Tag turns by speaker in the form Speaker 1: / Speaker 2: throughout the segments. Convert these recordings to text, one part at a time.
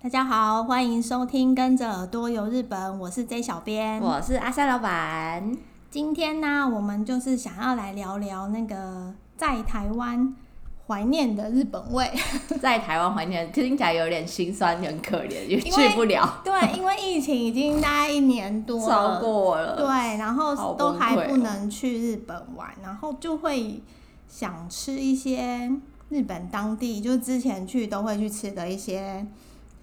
Speaker 1: 大家好，欢迎收听《跟着耳朵游日本》，我是 J 小编。
Speaker 2: 我是阿三 老板，
Speaker 1: 今天呢，我们就是想要来聊聊那个在台湾怀念的日本 味。
Speaker 2: 在台湾怀念，听起来有点心酸，很可怜，也
Speaker 1: 因
Speaker 2: 去
Speaker 1: 为
Speaker 2: 不了，
Speaker 1: 对，因为疫情已经大概一年多
Speaker 2: 超
Speaker 1: 了，
Speaker 2: 过了。
Speaker 1: 对，然
Speaker 2: 好
Speaker 1: 后都
Speaker 2: 崩溃
Speaker 1: 还
Speaker 2: 哦
Speaker 1: 不能去日本玩，然后就会想吃一些日本当地，就之前去都会去吃的一些，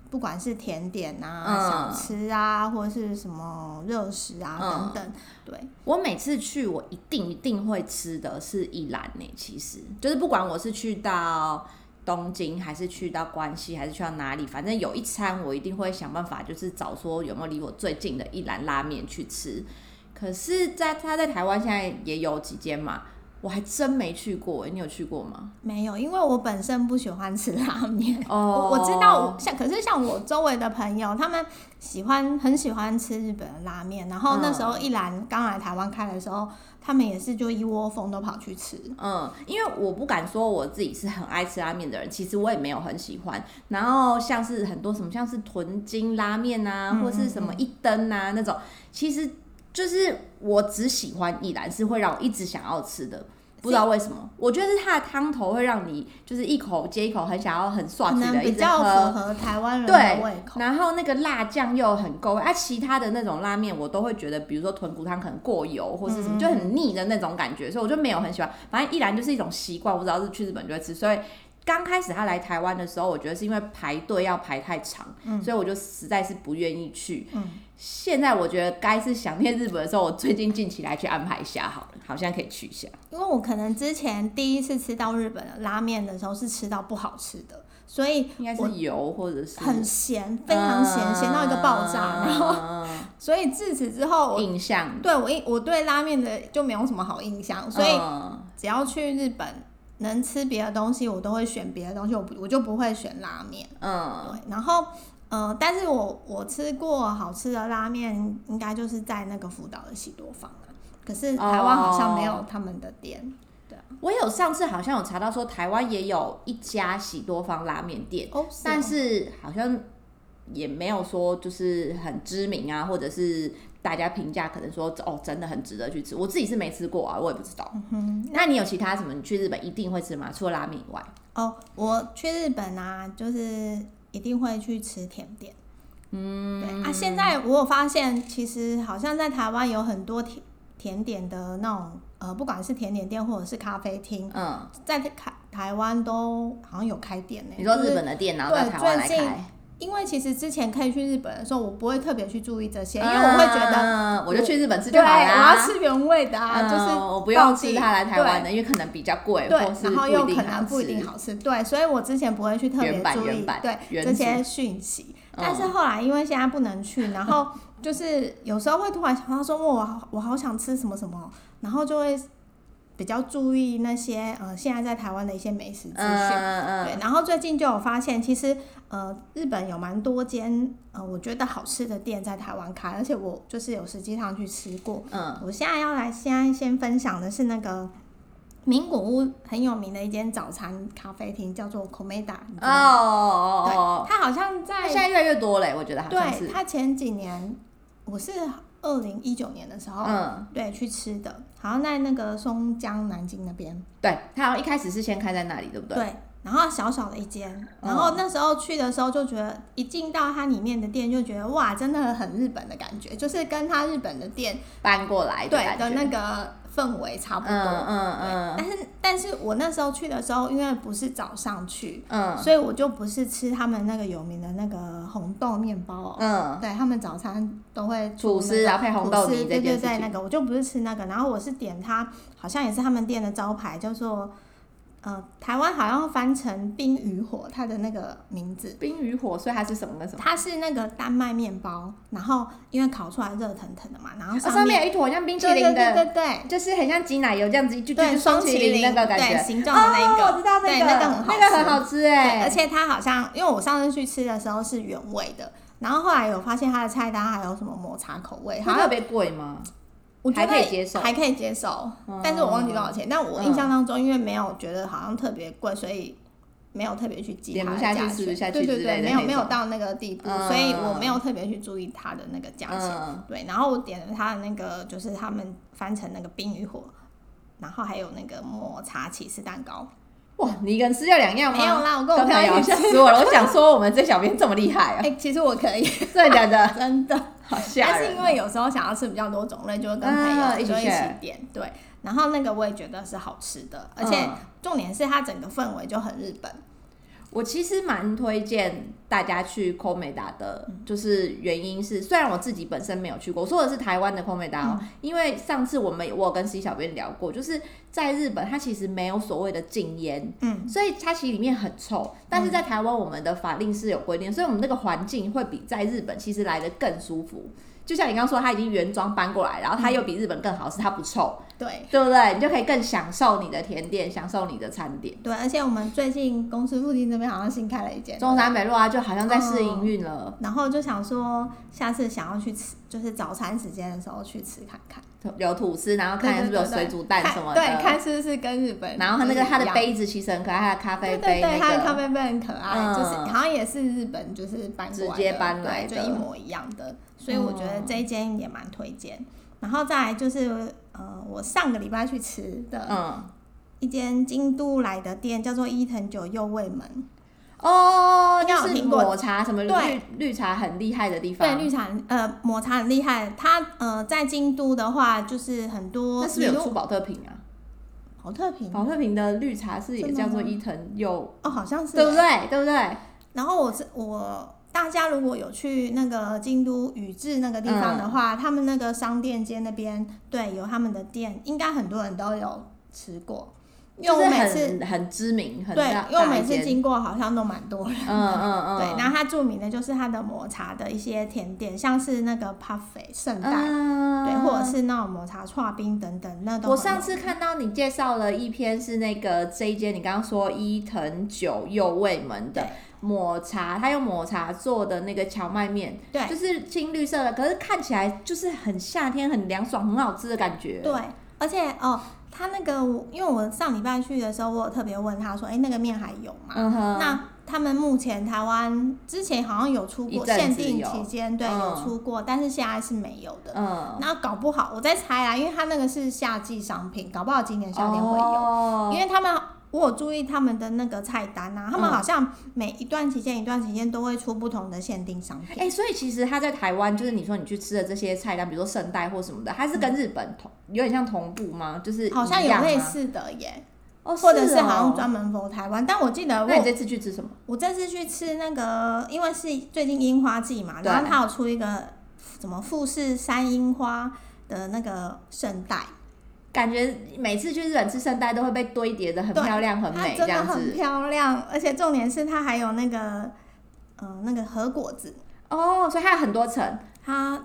Speaker 1: 不管是甜点啊、
Speaker 2: 嗯
Speaker 1: 小吃啊，或是什么热食啊、
Speaker 2: 嗯
Speaker 1: 等等，对，
Speaker 2: 我每次去，我一定一定会吃的是一兰呢、其实就是不管我是去到东京，还是去到关西，还是去到哪里，反正有一餐我一定会想办法，就是找说有没有离我最近的一兰拉面去吃。可是在，他在台湾现在也有几间嘛，我还真没去过、你有去过吗？
Speaker 1: 没有，因为我本身不喜欢吃拉面。
Speaker 2: 哦
Speaker 1: 我我知道，像可是像我周围的朋友，他们喜欢很喜欢吃日本的拉面，然后那时候一兰刚来台湾开的时候，他们也是就一窝蜂都跑去吃。
Speaker 2: 嗯，因为我不敢说我自己是很爱吃拉面的人，其实我也没有很喜欢。然后像是很多什么像是豚筋拉面啊，
Speaker 1: 嗯
Speaker 2: 或是什么一灯啊那种，其实就是我只喜欢一兰，是会让我一直想要吃的。不知道为什么，我觉得是它的汤头会让你就是一口接一口，很想要很
Speaker 1: 可
Speaker 2: 爽气
Speaker 1: 能
Speaker 2: 的一
Speaker 1: 比
Speaker 2: 直
Speaker 1: 较符
Speaker 2: 喝。
Speaker 1: 合台湾人
Speaker 2: 对
Speaker 1: 的胃口。
Speaker 2: 然后那个辣酱又很够味，啊，其他的那种拉面我都会觉得，比如说豚骨汤可能过油或是什么，就很腻的那种感觉，所以我就没有很喜欢。反正一兰就是一种习惯，我只要是去日本就会吃，所以。刚开始他来台湾的时候，我觉得是因为排队要排太长，所以我就实在是不愿意去。
Speaker 1: 嗯
Speaker 2: 现在我觉得该是想念日本的时候，我最近近期来去安排一下好了，好像可以去一下。
Speaker 1: 因为我可能之前第一次吃到日本的拉面的时候是吃到不好吃的，所以
Speaker 2: 应该是
Speaker 1: 我
Speaker 2: 油或者是
Speaker 1: 很咸，非常咸，咸到一个爆炸。
Speaker 2: 嗯
Speaker 1: 然后，
Speaker 2: 后
Speaker 1: 所以自此之后，我
Speaker 2: 印象，
Speaker 1: 对我印我对拉面的就没有什么好印象，所以
Speaker 2: 嗯
Speaker 1: 只要去日本能吃别的东西，我都会选别的东西，我不我就不会选拉面。
Speaker 2: 嗯，
Speaker 1: 对，然后呃，但是我我吃过好吃的拉面，应该就是在那个福岛的喜多坊啊。可是台湾好像没有他们的店。
Speaker 2: 我有上次好像有查到说，台湾也有一家喜多方拉面店，
Speaker 1: 哦，
Speaker 2: 但是好像也没有说就是很知名啊，或者是大家评价可能说哦，真的很值得去吃。我自己是没吃过啊，我也不知
Speaker 1: 嗯
Speaker 2: 道。那你有其他什么？你去日本一定会吃吗？除了拉面以外，
Speaker 1: 哦，我去日本啊，就是一定会去吃甜点。嗯，对啊，现在我有发现，其实好像在台湾有很多甜甜点的那种，呃，不管是甜点店或者是咖啡厅，
Speaker 2: 嗯，
Speaker 1: 在台台湾都好像有开店呢、
Speaker 2: 你说
Speaker 1: 就是
Speaker 2: 日本的店，然后到
Speaker 1: 对
Speaker 2: 台湾来
Speaker 1: 最近
Speaker 2: 开，
Speaker 1: 因为其实之前可以去日本的时候，我不会特别去注意这些，因为我会觉得，
Speaker 2: 得嗯我就去日本啊吃
Speaker 1: 对，
Speaker 2: 就好
Speaker 1: 我
Speaker 2: 啦。
Speaker 1: 要吃原味的啊，
Speaker 2: 嗯
Speaker 1: 就是
Speaker 2: 我不用
Speaker 1: 到
Speaker 2: 吃
Speaker 1: 底
Speaker 2: 它来台湾的，因为可能比较贵，
Speaker 1: 对，
Speaker 2: 或是
Speaker 1: 对，然后又
Speaker 2: 不一
Speaker 1: 可
Speaker 2: 定好
Speaker 1: 能不一
Speaker 2: 吃
Speaker 1: 定好吃，对，所以我之前不会去特别
Speaker 2: 原版
Speaker 1: 注意
Speaker 2: 原版
Speaker 1: 对
Speaker 2: 原
Speaker 1: 这些讯息，
Speaker 2: 嗯
Speaker 1: 但是后来因为现在不能去，然后就是有时候会突然想到说，哇，我好我好想吃什么什么，然后就会比较注意那些呃现在在台湾的一些美食资讯。
Speaker 2: 嗯
Speaker 1: 对，然后最近就有发现，其实呃，日本有蛮多间呃，我觉得好吃的店在台湾开，而且我就是有实际上去吃过。呃
Speaker 2: 嗯
Speaker 1: 我现在要来，现在先分享的是那个名古屋很有名的一间早餐咖啡厅，叫做 Komeda 你
Speaker 2: 嗯，
Speaker 1: 知道吗。
Speaker 2: 哦
Speaker 1: 对
Speaker 2: 哦，，
Speaker 1: 它好像
Speaker 2: 它
Speaker 1: 在
Speaker 2: 现在越来越多嘞，我觉得好像
Speaker 1: 对
Speaker 2: 是，
Speaker 1: 它前几年，我是二零一九年的时候，
Speaker 2: 嗯，
Speaker 1: 对去吃的，好像在那个松江南京那边。
Speaker 2: 对，它好像一开始是先开在那里，对不嗯对？
Speaker 1: 对，然后小小的一间，然后那时候去的时候就觉得，一进到它里面的店就觉得哇，真的很日本的感觉，就是跟它日本的店
Speaker 2: 搬过来的
Speaker 1: 对
Speaker 2: 感觉
Speaker 1: 的那个氛围差不多。
Speaker 2: 嗯嗯
Speaker 1: 但是，但是我那时候去的时候，因为不是早上去，
Speaker 2: 嗯
Speaker 1: 所以我就不是吃他们那个有名的那个红豆面包哦。
Speaker 2: 嗯
Speaker 1: 对他们早餐都会
Speaker 2: 吐司
Speaker 1: 那个
Speaker 2: 啊配红豆
Speaker 1: 吐司
Speaker 2: 泥这
Speaker 1: 对对
Speaker 2: 件事
Speaker 1: 对，
Speaker 2: 情
Speaker 1: 那个我就不是吃那个，然后我是点它，好像也是他们店的招牌，叫做呃台湾好像翻成冰与火，它的那个名字
Speaker 2: 嗯，。冰与火，所以它是什么跟什么？
Speaker 1: 它是那个丹麦面包，然后因为烤出来热腾腾的嘛，然后
Speaker 2: 哦
Speaker 1: 上
Speaker 2: 上
Speaker 1: 面,、
Speaker 2: 面有一坨像冰淇
Speaker 1: 对对
Speaker 2: 淋
Speaker 1: 对
Speaker 2: 的，
Speaker 1: 对对
Speaker 2: 就是很像挤奶油这样子，就就
Speaker 1: 对
Speaker 2: 是双
Speaker 1: 淇
Speaker 2: 淇淋那个感
Speaker 1: 对
Speaker 2: 觉。
Speaker 1: 形状的那一个，
Speaker 2: 哦我知道
Speaker 1: 对
Speaker 2: 个，
Speaker 1: 那
Speaker 2: 那
Speaker 1: 个很好
Speaker 2: 个很
Speaker 1: 吃
Speaker 2: 好吃
Speaker 1: 对，而
Speaker 2: 哎。
Speaker 1: 且它好像，因为我上次去吃的时候是原味的，然后后来有发现它的菜单还有什么抹茶口味，
Speaker 2: 它
Speaker 1: 好
Speaker 2: 特
Speaker 1: 像
Speaker 2: 别贵吗？
Speaker 1: 我觉得
Speaker 2: 还可以接受嗯
Speaker 1: 还可以接受
Speaker 2: 哦，
Speaker 1: 但是我忘记多少钱。但我印象当中，因为没有觉得好像特别贵，所以没有特别去记
Speaker 2: 点
Speaker 1: 它
Speaker 2: 不
Speaker 1: 的
Speaker 2: 下
Speaker 1: 价
Speaker 2: 去
Speaker 1: 钱，
Speaker 2: 吃不下去
Speaker 1: 对对
Speaker 2: 之
Speaker 1: 对，
Speaker 2: 类的
Speaker 1: 没有
Speaker 2: 那
Speaker 1: 没有
Speaker 2: 种
Speaker 1: 到那个地步，
Speaker 2: 嗯
Speaker 1: 所以我没有特别去注意它的那个价钱。
Speaker 2: 嗯，
Speaker 1: 对，然后我点了它的那个，就是他们翻成那个冰与火，然后还有那个抹茶起司蛋糕。
Speaker 2: 哇，你一个人吃掉两样吗？
Speaker 1: 没有啦，我跟我
Speaker 2: 刚
Speaker 1: 朋
Speaker 2: 才
Speaker 1: 友
Speaker 2: 要
Speaker 1: 一起
Speaker 2: 吓
Speaker 1: 吃。
Speaker 2: 死我了！我想说，我们这小编这么厉害
Speaker 1: 哎、
Speaker 2: 啊，
Speaker 1: 其实我可以，
Speaker 2: 真的假的？
Speaker 1: 真的。
Speaker 2: 好吓
Speaker 1: 但是
Speaker 2: 人
Speaker 1: 因
Speaker 2: 哦！
Speaker 1: 为有时候想要吃比较多种类，就会跟朋
Speaker 2: 啊
Speaker 1: 友
Speaker 2: 一起
Speaker 1: 就一起
Speaker 2: share
Speaker 1: 点。对，然后那个我也觉得是好吃的，而且
Speaker 2: 嗯
Speaker 1: 重点是它整个氛围就很日本。
Speaker 2: 我其实蛮推荐大家去 c o m e d a 的，就是原因是，虽然我自己本身没有去过，我说的是台湾的 c o m e d a 哦，因为上次我们我有跟 C 小编聊过，就是在日本它其实没有所谓的禁烟，
Speaker 1: 嗯，
Speaker 2: 所以它其实里面很臭，但是在台湾我们的法令是有规定，所以我们那个环境会比在日本其实来的更舒服。就像你刚刚说，它已经原装搬过来，然后它又比日本更好，是它不臭，
Speaker 1: 对
Speaker 2: 对不对？你就可以更享受你的甜点，享受你的餐点。
Speaker 1: 对，而且我们最近公司附近这边好像新开了一间，
Speaker 2: 中山北路啊，就好像在试
Speaker 1: 哦
Speaker 2: 营运了。
Speaker 1: 然后就想说下次想要去吃，就是早餐时间的时候去吃看看，
Speaker 2: 有吐司，然后看是不是有水煮蛋什么的。
Speaker 1: 对，看是不是跟日本，
Speaker 2: 然后它那个它的。杯子其实很可爱，它的咖啡
Speaker 1: 对
Speaker 2: 杯
Speaker 1: 对对，它的咖
Speaker 2: 那个。
Speaker 1: 啡杯很可爱，
Speaker 2: 嗯
Speaker 1: 就是好像也是日本，就是搬过来的
Speaker 2: 直接搬来
Speaker 1: 对
Speaker 2: 的嗯
Speaker 1: 就一模一样的，所以我觉得这一间也蛮推荐。然后再来就是，呃，我上个礼拜去吃的
Speaker 2: 嗯，
Speaker 1: 一间京都来的店，叫做伊藤久右卫门，
Speaker 2: 哦，
Speaker 1: 应该有
Speaker 2: 就是
Speaker 1: 听过
Speaker 2: 抹茶什么绿
Speaker 1: 对
Speaker 2: 绿茶很厉害的地
Speaker 1: 对，
Speaker 2: 方。
Speaker 1: 绿茶呃抹茶很厉害，它呃在京都的话，就是很多
Speaker 2: 那是不是有
Speaker 1: 你如
Speaker 2: 出保特瓶啊？
Speaker 1: 好特瓶
Speaker 2: 保特瓶的绿茶是也
Speaker 1: 真的
Speaker 2: 叫做
Speaker 1: 吗
Speaker 2: 伊藤柚，
Speaker 1: 哦，好像是
Speaker 2: 对不
Speaker 1: 欸？
Speaker 2: 对？对不对？
Speaker 1: 然后我是我大家如果有去那个京都宇治那个地方
Speaker 2: 嗯
Speaker 1: 的话，他们那个商店街那边对有他们的店，应该很多人都有吃过，因
Speaker 2: 就
Speaker 1: 为
Speaker 2: 是
Speaker 1: 我每次。
Speaker 2: 很很知名，很
Speaker 1: 对
Speaker 2: 大，
Speaker 1: 因为我每
Speaker 2: 大
Speaker 1: 次
Speaker 2: 一间
Speaker 1: 经过好像都蛮多人。
Speaker 2: 嗯嗯嗯，
Speaker 1: 对，那它著名的就是它的抹茶的一些甜点，像是那个 p u f f e 圣诞，
Speaker 2: 嗯
Speaker 1: 对，或者是那种抹茶串冰等等，那都
Speaker 2: 我
Speaker 1: 很
Speaker 2: 上
Speaker 1: 有
Speaker 2: 次看到你介绍了一篇是那个这一间，你刚刚说伊藤久右卫门的
Speaker 1: 对
Speaker 2: 抹茶，它用抹茶做的那个荞麦面，
Speaker 1: 对
Speaker 2: 就是青绿色的，可是看起来就是很夏天、很凉爽、很好吃的感觉。
Speaker 1: 对，而且哦，他那个我，因为我上礼拜去的时候，我有特别问他说：“哎、那个面还有吗？”
Speaker 2: 嗯哼，
Speaker 1: 那他们目前台湾之前好像有出
Speaker 2: 一
Speaker 1: 过
Speaker 2: 阵
Speaker 1: 限
Speaker 2: 子
Speaker 1: 定
Speaker 2: 有
Speaker 1: 期间，对，
Speaker 2: 嗯
Speaker 1: 有出过，但是现在是没有的。
Speaker 2: 嗯，
Speaker 1: 那搞不好我在猜啊，因为他那个是夏季商品，搞不好今年夏天会有，
Speaker 2: 哦
Speaker 1: 因为他们。我有注意他们的那个菜单啊，他们
Speaker 2: 嗯
Speaker 1: 好像每一段期间、一段期间都会出不同的限定商品。
Speaker 2: 哎、所以其实它在台湾，就是你说你去吃的这些菜单，比如说圣代或什么的，它是跟日本同、有点像同步吗？就是
Speaker 1: 好像
Speaker 2: 一样
Speaker 1: 有
Speaker 2: 吗
Speaker 1: 类，似的耶，
Speaker 2: 哦，
Speaker 1: 或者
Speaker 2: 是
Speaker 1: 是好像
Speaker 2: 哦
Speaker 1: 专门 for 台湾，但我记得我
Speaker 2: 那你这次去吃什么？
Speaker 1: 我这次去吃那个，因为是最近樱花季嘛，
Speaker 2: 对
Speaker 1: 然后它有出一个什么富士山樱花的那个圣代，
Speaker 2: 感觉每次去日本吃圣代都会被堆叠的很
Speaker 1: 对
Speaker 2: 漂亮、很
Speaker 1: 它
Speaker 2: 美
Speaker 1: 真
Speaker 2: 这
Speaker 1: 的
Speaker 2: 样
Speaker 1: 很
Speaker 2: 子。
Speaker 1: 漂亮，而且重点是它还有那个，呃，那个和果子，
Speaker 2: 哦，所以它有很多层，
Speaker 1: 它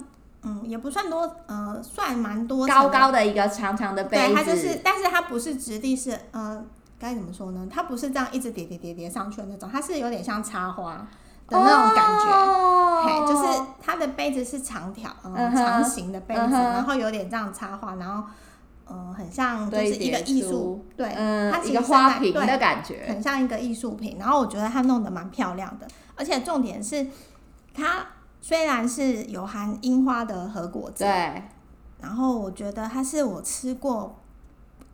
Speaker 1: 嗯也不算多，呃，算蛮多层
Speaker 2: 高
Speaker 1: 的，
Speaker 2: 高的一个长长的杯
Speaker 1: 对，
Speaker 2: 子，
Speaker 1: 它就是，但是它不是直立式，呃，该怎么说呢？它不是这样一直叠叠叠叠上去的那种，它是有点像插花的那种感觉。
Speaker 2: 哦、
Speaker 1: 嘿，就是它的杯子是长条，嗯、
Speaker 2: 嗯哼
Speaker 1: 长形的杯子
Speaker 2: 嗯哼
Speaker 1: 然后有点这样插画，然后嗯、呃很像就是一个艺
Speaker 2: 堆叠
Speaker 1: 术
Speaker 2: 出，
Speaker 1: 对，它
Speaker 2: 嗯，
Speaker 1: 其
Speaker 2: 一
Speaker 1: 实
Speaker 2: 个
Speaker 1: 是
Speaker 2: 花
Speaker 1: 在
Speaker 2: 瓶
Speaker 1: 对
Speaker 2: 的感觉。
Speaker 1: 很像一个艺术品。然后我觉得它弄得蛮漂亮的，而且重点是它虽然是有含樱花的和果子，
Speaker 2: 对，
Speaker 1: 然后我觉得它是我吃过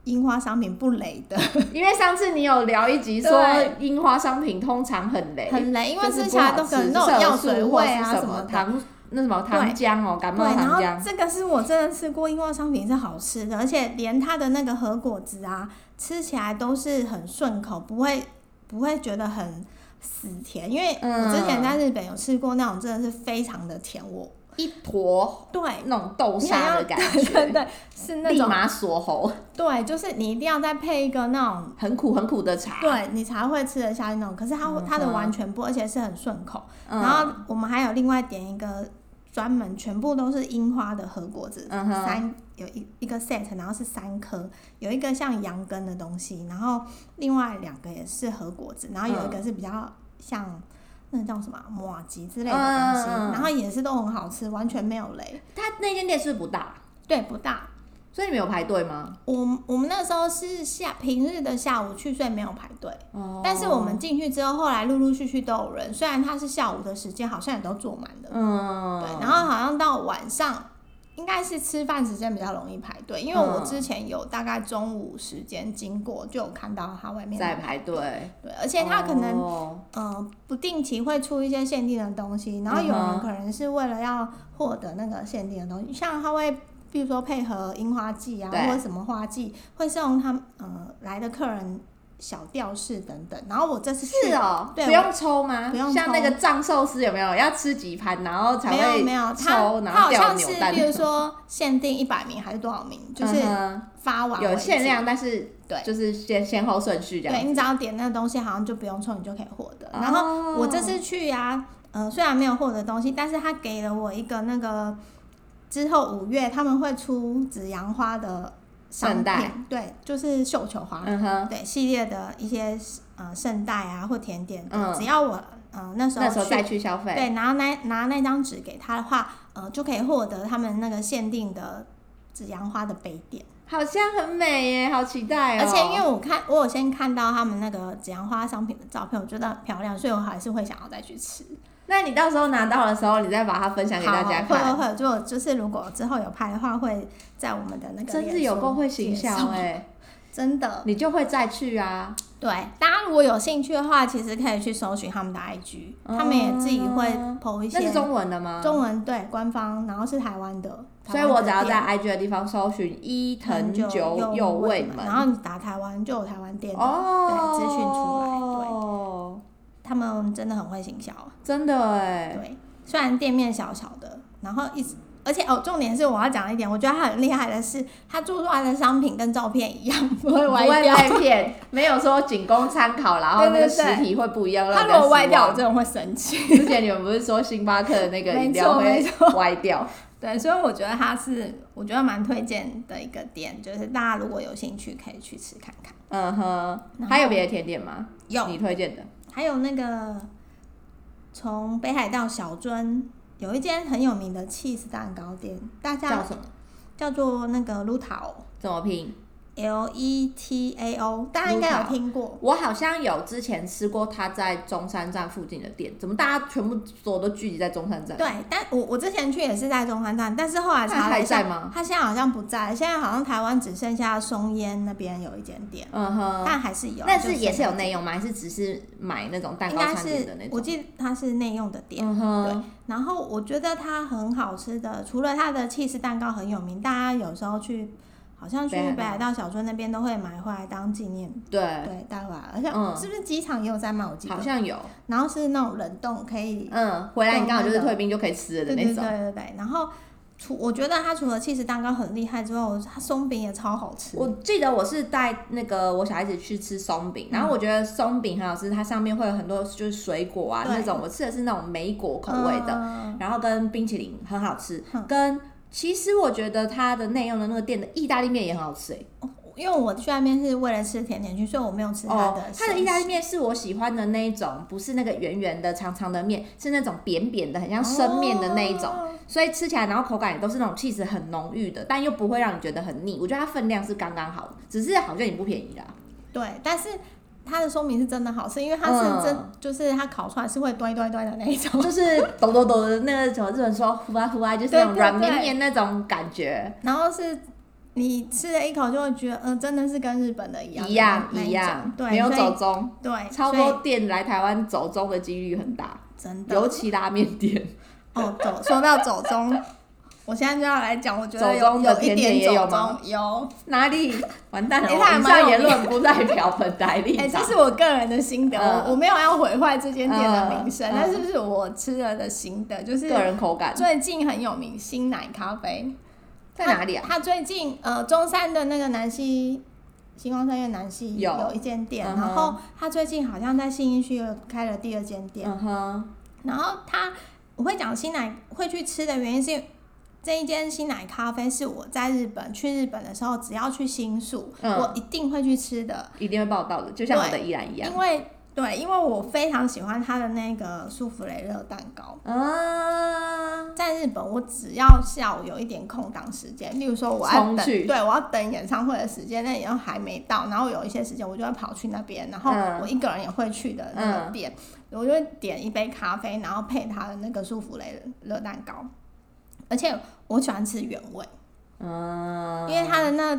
Speaker 1: 樱花商品不雷的，
Speaker 2: 因为上次你有聊一集说
Speaker 1: 对
Speaker 2: 樱花商品通常很雷，
Speaker 1: 很雷，因为
Speaker 2: 就是
Speaker 1: 吃起
Speaker 2: 不好
Speaker 1: 来都可
Speaker 2: 吃
Speaker 1: 能那
Speaker 2: 就
Speaker 1: 种
Speaker 2: 是有
Speaker 1: 药
Speaker 2: 素
Speaker 1: 水
Speaker 2: 或
Speaker 1: 味啊
Speaker 2: 是什
Speaker 1: 么的。
Speaker 2: 糖那什么糖浆哦，感
Speaker 1: 对，
Speaker 2: 冒
Speaker 1: 然
Speaker 2: 糖
Speaker 1: 后
Speaker 2: 浆。
Speaker 1: 这个是我真的吃过樱花商品是好吃的，而且连它的那个和果子啊，吃起来都是很顺口，不会不会觉得很死甜。因为
Speaker 2: 嗯
Speaker 1: 我之前在日本有吃过那种真的是非常的甜，我
Speaker 2: 一坨
Speaker 1: 对
Speaker 2: 那种豆
Speaker 1: 你想
Speaker 2: 沙
Speaker 1: 要
Speaker 2: 的感
Speaker 1: 对
Speaker 2: 觉，
Speaker 1: 对是那
Speaker 2: 立
Speaker 1: 种
Speaker 2: 马锁喉，
Speaker 1: 对，就是你一定要再配一个那种。
Speaker 2: 很苦很苦的茶。
Speaker 1: 对你才会吃得下去那种，可是它会它的
Speaker 2: 嗯哼
Speaker 1: 完全不，而且是很顺口。
Speaker 2: 嗯
Speaker 1: 然后我们还有另外点一个专门全部都是樱花的和果子，
Speaker 2: 嗯哼
Speaker 1: 三有一一个 set，然后是三颗，有一个像羊羹的东西，然后另外两个也是和果子，然后有一个是比较像。那叫什么啊马吉之类的东西，
Speaker 2: 嗯嗯嗯
Speaker 1: 然后也是都很好吃，完全没有雷。
Speaker 2: 它那间店是不是不大，
Speaker 1: 对，不大，
Speaker 2: 所以你们有排队吗？
Speaker 1: 我我们那时候是下平日的下午去，所以没有排队。
Speaker 2: 哦
Speaker 1: 但是我们进去之后，后来陆陆续续都有人，虽然它是下午的时间，好像也都坐满了。
Speaker 2: 嗯，
Speaker 1: 对，然后好像到晚上，应该是吃饭时间比较容易排队，因为我之前有大概中午时间经过，就有看到它外面
Speaker 2: 在排队，
Speaker 1: 对，而且它可能、
Speaker 2: 哦
Speaker 1: 呃不定期会出一些限定的东西，然后有
Speaker 2: 嗯哼
Speaker 1: 人可能是为了要获得那个限定的东西，像它会。比如说配合樱花季啊，
Speaker 2: 对
Speaker 1: 或者什么花季，会送他们呃来的客人小吊饰等等。然后我这次去
Speaker 2: 是哦，
Speaker 1: 对
Speaker 2: 不用抽吗？
Speaker 1: 不用抽
Speaker 2: 像那个藏寿司有没有要吃几盘，然后才
Speaker 1: 没有没
Speaker 2: 会
Speaker 1: 有，
Speaker 2: 抽
Speaker 1: 它
Speaker 2: 然
Speaker 1: 它
Speaker 2: 后
Speaker 1: 好
Speaker 2: 掉
Speaker 1: 像
Speaker 2: 扭
Speaker 1: 是
Speaker 2: 蛋
Speaker 1: 比如说限定一百名还是多少名，就是
Speaker 2: 嗯
Speaker 1: 发
Speaker 2: 哼
Speaker 1: 完
Speaker 2: 有
Speaker 1: 为
Speaker 2: 限
Speaker 1: 止。
Speaker 2: 量，但是
Speaker 1: 对
Speaker 2: 就是先先后顺序这
Speaker 1: 对
Speaker 2: 样。
Speaker 1: 你只要点那个东西，好像就不用抽，你就可以获得。
Speaker 2: 哦
Speaker 1: 然后我这次去呀、嗯，呃，虽然没有获得东西，但是他给了我一个那个之后五月他们会出紫阳花的商
Speaker 2: 圣代
Speaker 1: 品，对，就是绣球花，
Speaker 2: 嗯哼，
Speaker 1: 对系列的一些呃圣代啊或甜点等
Speaker 2: 嗯
Speaker 1: 只要我呃那时候
Speaker 2: 那时候
Speaker 1: 去
Speaker 2: 再去消费，
Speaker 1: 对，然后那拿那张纸给他的话，呃，就可以获得他们那个限定的紫阳花的杯垫。
Speaker 2: 好像很美耶，好期待哦。
Speaker 1: 而且因为我看我有先看到他们那个紫阳花商品的照片，我觉得很漂亮，所以我还是会想要再去吃。
Speaker 2: 那你到时候拿到的时候，你再把它分享给大家
Speaker 1: 好会
Speaker 2: 看。
Speaker 1: 会会，就就是如果之后有拍的话，会在我们的那个
Speaker 2: 真是
Speaker 1: 脸
Speaker 2: 有
Speaker 1: 书
Speaker 2: 够会
Speaker 1: 介
Speaker 2: 行
Speaker 1: 绍
Speaker 2: 销哎，
Speaker 1: 真的。
Speaker 2: 你就会再去啊。
Speaker 1: 对，大家如果有兴趣的话，其实可以去搜寻他们的 IG，、他们也自己会
Speaker 2: 哦
Speaker 1: PO 一
Speaker 2: 那
Speaker 1: 些
Speaker 2: 是中文的吗？
Speaker 1: 中文对官方，然后是台湾的，
Speaker 2: 所
Speaker 1: 台
Speaker 2: 以
Speaker 1: 湾
Speaker 2: 我
Speaker 1: 的
Speaker 2: 只要
Speaker 1: 店
Speaker 2: 在 IG 的地方搜寻伊藤
Speaker 1: 久
Speaker 2: 久
Speaker 1: 右
Speaker 2: 右卫门，
Speaker 1: 然后你打台湾就有台湾店了，
Speaker 2: 哦，
Speaker 1: 对资讯出来对
Speaker 2: 哦，
Speaker 1: 他们真的很会行销，
Speaker 2: 真的哎，
Speaker 1: 对，虽然店面小小的，然后一直。而且哦，重点是我要讲一点，我觉得他很厉害的是，他做出来的商品跟照片一样，不会
Speaker 2: 不
Speaker 1: 歪
Speaker 2: 会
Speaker 1: 掉。
Speaker 2: 被骗，没有说仅供参考，然后那个
Speaker 1: 对对
Speaker 2: 实
Speaker 1: 对
Speaker 2: 体会不一样。让
Speaker 1: 他
Speaker 2: 人
Speaker 1: 如
Speaker 2: 家
Speaker 1: 果歪
Speaker 2: 失
Speaker 1: 掉，我
Speaker 2: 望
Speaker 1: 真的会生气。
Speaker 2: 之前你们不是说星巴克的那个饮料
Speaker 1: 没
Speaker 2: 会
Speaker 1: 错
Speaker 2: 歪掉？
Speaker 1: 对，所以我觉得他是，我觉得蛮推荐的一个店，就是大家如果有兴趣可以去吃看看。
Speaker 2: 嗯哼，
Speaker 1: 然
Speaker 2: 还有别的甜点吗？
Speaker 1: 有，
Speaker 2: 你推荐的
Speaker 1: 还有那个从北海道小樽有一间很有名的 cheese 蛋糕店，大家
Speaker 2: 叫什么？
Speaker 1: 叫做那个 Lutao
Speaker 2: 怎么拼？
Speaker 1: L E T A O，大家应该有听过。
Speaker 2: 我好像有之前吃过他在中山站附近的店，怎么大家全部所有都聚集在中山站？
Speaker 1: 对，但我我之前去也是在中山站，但是后
Speaker 2: 那
Speaker 1: 来
Speaker 2: 他
Speaker 1: 查了
Speaker 2: 还
Speaker 1: 一下
Speaker 2: 在，吗？
Speaker 1: 他现在好像不在，现在好像台湾只剩下松烟那边有一间店，
Speaker 2: 嗯哼，
Speaker 1: 但还是有。
Speaker 2: 但
Speaker 1: 就是
Speaker 2: 也是有内
Speaker 1: 用，
Speaker 2: 用吗？还是只是买那种蛋
Speaker 1: 应
Speaker 2: 糕
Speaker 1: 该
Speaker 2: 餐点的那
Speaker 1: 是我
Speaker 2: 种？
Speaker 1: 记得它是内用的店。
Speaker 2: 嗯哼，
Speaker 1: 然后我觉得它很好吃的，除了它的 cheese 蛋糕很有名，大家有时候去好像去
Speaker 2: 北海道
Speaker 1: 北海道小樽那边都会买回来当纪念，
Speaker 2: 对，
Speaker 1: 对，带回来。而且、
Speaker 2: 嗯
Speaker 1: 是不是机场也有在卖？我记得
Speaker 2: 好。像有。
Speaker 1: 然后是那种冷冻可以，
Speaker 2: 嗯，回来你刚好就是
Speaker 1: 用那个
Speaker 2: 退兵就可以吃
Speaker 1: 对
Speaker 2: 了的
Speaker 1: 对
Speaker 2: 那
Speaker 1: 对对对
Speaker 2: 种。
Speaker 1: 对。然后除我觉得它除了 cheese 蛋糕很厉害之外，我它松饼也超好吃。
Speaker 2: 我记得我是带那个我小孩子去吃松饼，然后我觉得松饼很好吃，它上面会有很多就是水果啊
Speaker 1: 对
Speaker 2: 那种，我吃的是那种梅果口味的，
Speaker 1: 嗯
Speaker 2: 然后跟冰淇淋很好吃
Speaker 1: 嗯，
Speaker 2: 跟其实我觉得它的内用的那个店的意大利面也很好吃诶。
Speaker 1: 呃因为我去那边是为了吃甜甜圈，所以我没有吃它
Speaker 2: 哦
Speaker 1: 的，咸
Speaker 2: 它
Speaker 1: 食。
Speaker 2: 的意大利面是我喜欢的那一种，不是那个圆圆的长长的面，是那种扁扁的，很像生面的那一种。
Speaker 1: 哦
Speaker 2: 所以吃起来，然后口感也都是那种气质很浓郁的，但又不会让你觉得很腻。我觉得它分量是刚刚好，只是好像也不 便宜啦。
Speaker 1: 对，但是它的松饼是真的好吃，因为它是真，
Speaker 2: 嗯
Speaker 1: 就是它烤出来是会端一端一端的那一种。
Speaker 2: 就是抖抖抖的那个什么日本说呼啊呼啊，就是那种
Speaker 1: 对对
Speaker 2: 软
Speaker 1: 对
Speaker 2: 绵绵那种感觉，
Speaker 1: 然后是你吃了一口就会觉得，嗯、真的是跟日本的一样的
Speaker 2: 一样
Speaker 1: 那
Speaker 2: 一样，
Speaker 1: 种
Speaker 2: 没有
Speaker 1: 对，所
Speaker 2: 走
Speaker 1: 以
Speaker 2: 中，
Speaker 1: 对，
Speaker 2: 超
Speaker 1: 所以
Speaker 2: 多店来台湾走中的几率很大，
Speaker 1: 真的
Speaker 2: 尤其拉面店，
Speaker 1: 哦。走，说到走中，我现在就要来讲，我觉得
Speaker 2: 走
Speaker 1: 有
Speaker 2: 中的
Speaker 1: 有一
Speaker 2: 甜点也
Speaker 1: 点
Speaker 2: 有
Speaker 1: 走
Speaker 2: 吗
Speaker 1: 中有，
Speaker 2: 哪里完蛋了？
Speaker 1: 诶它还
Speaker 2: 以
Speaker 1: 蛮有
Speaker 2: 上言论不代表本台立
Speaker 1: 哎、
Speaker 2: 场
Speaker 1: 这。是我个人的心得，
Speaker 2: 嗯
Speaker 1: 我我没有要毁坏这间店的名声，
Speaker 2: 嗯
Speaker 1: 但是是我吃了的心得，就是
Speaker 2: 个人口感
Speaker 1: 最近很有名新奶咖啡。
Speaker 2: 在哪里啊？
Speaker 1: 他最近呃，中山的那个南西星光三月南西
Speaker 2: 有
Speaker 1: 有一间店，
Speaker 2: 嗯哼
Speaker 1: 然后他最近好像在信义区又开了第二间店。
Speaker 2: 嗯哼，
Speaker 1: 然后他我会讲新奶会去吃的原因是因为这一间新奶咖啡是我在日本去日本的时候，只要去新宿，
Speaker 2: 嗯
Speaker 1: 我一定会去吃的，
Speaker 2: 一定会报道的，就像我的依然一样
Speaker 1: 因。为对，因为我非常喜欢它的那个舒芙蕾热蛋糕。
Speaker 2: 啊，
Speaker 1: 在日本，我只要下午有一点空档时间，例如说我要
Speaker 2: 冲
Speaker 1: 等，
Speaker 2: 去
Speaker 1: 对我要等演唱会的时间，那也还没到，然后有一些时间我就会跑去那边，然后
Speaker 2: 嗯
Speaker 1: 我一个人也会去的那个
Speaker 2: 嗯
Speaker 1: 店，我就会点一杯咖啡，然后配它的那个舒芙蕾热蛋糕，而且我喜欢吃原味，
Speaker 2: 嗯，
Speaker 1: 因为它的那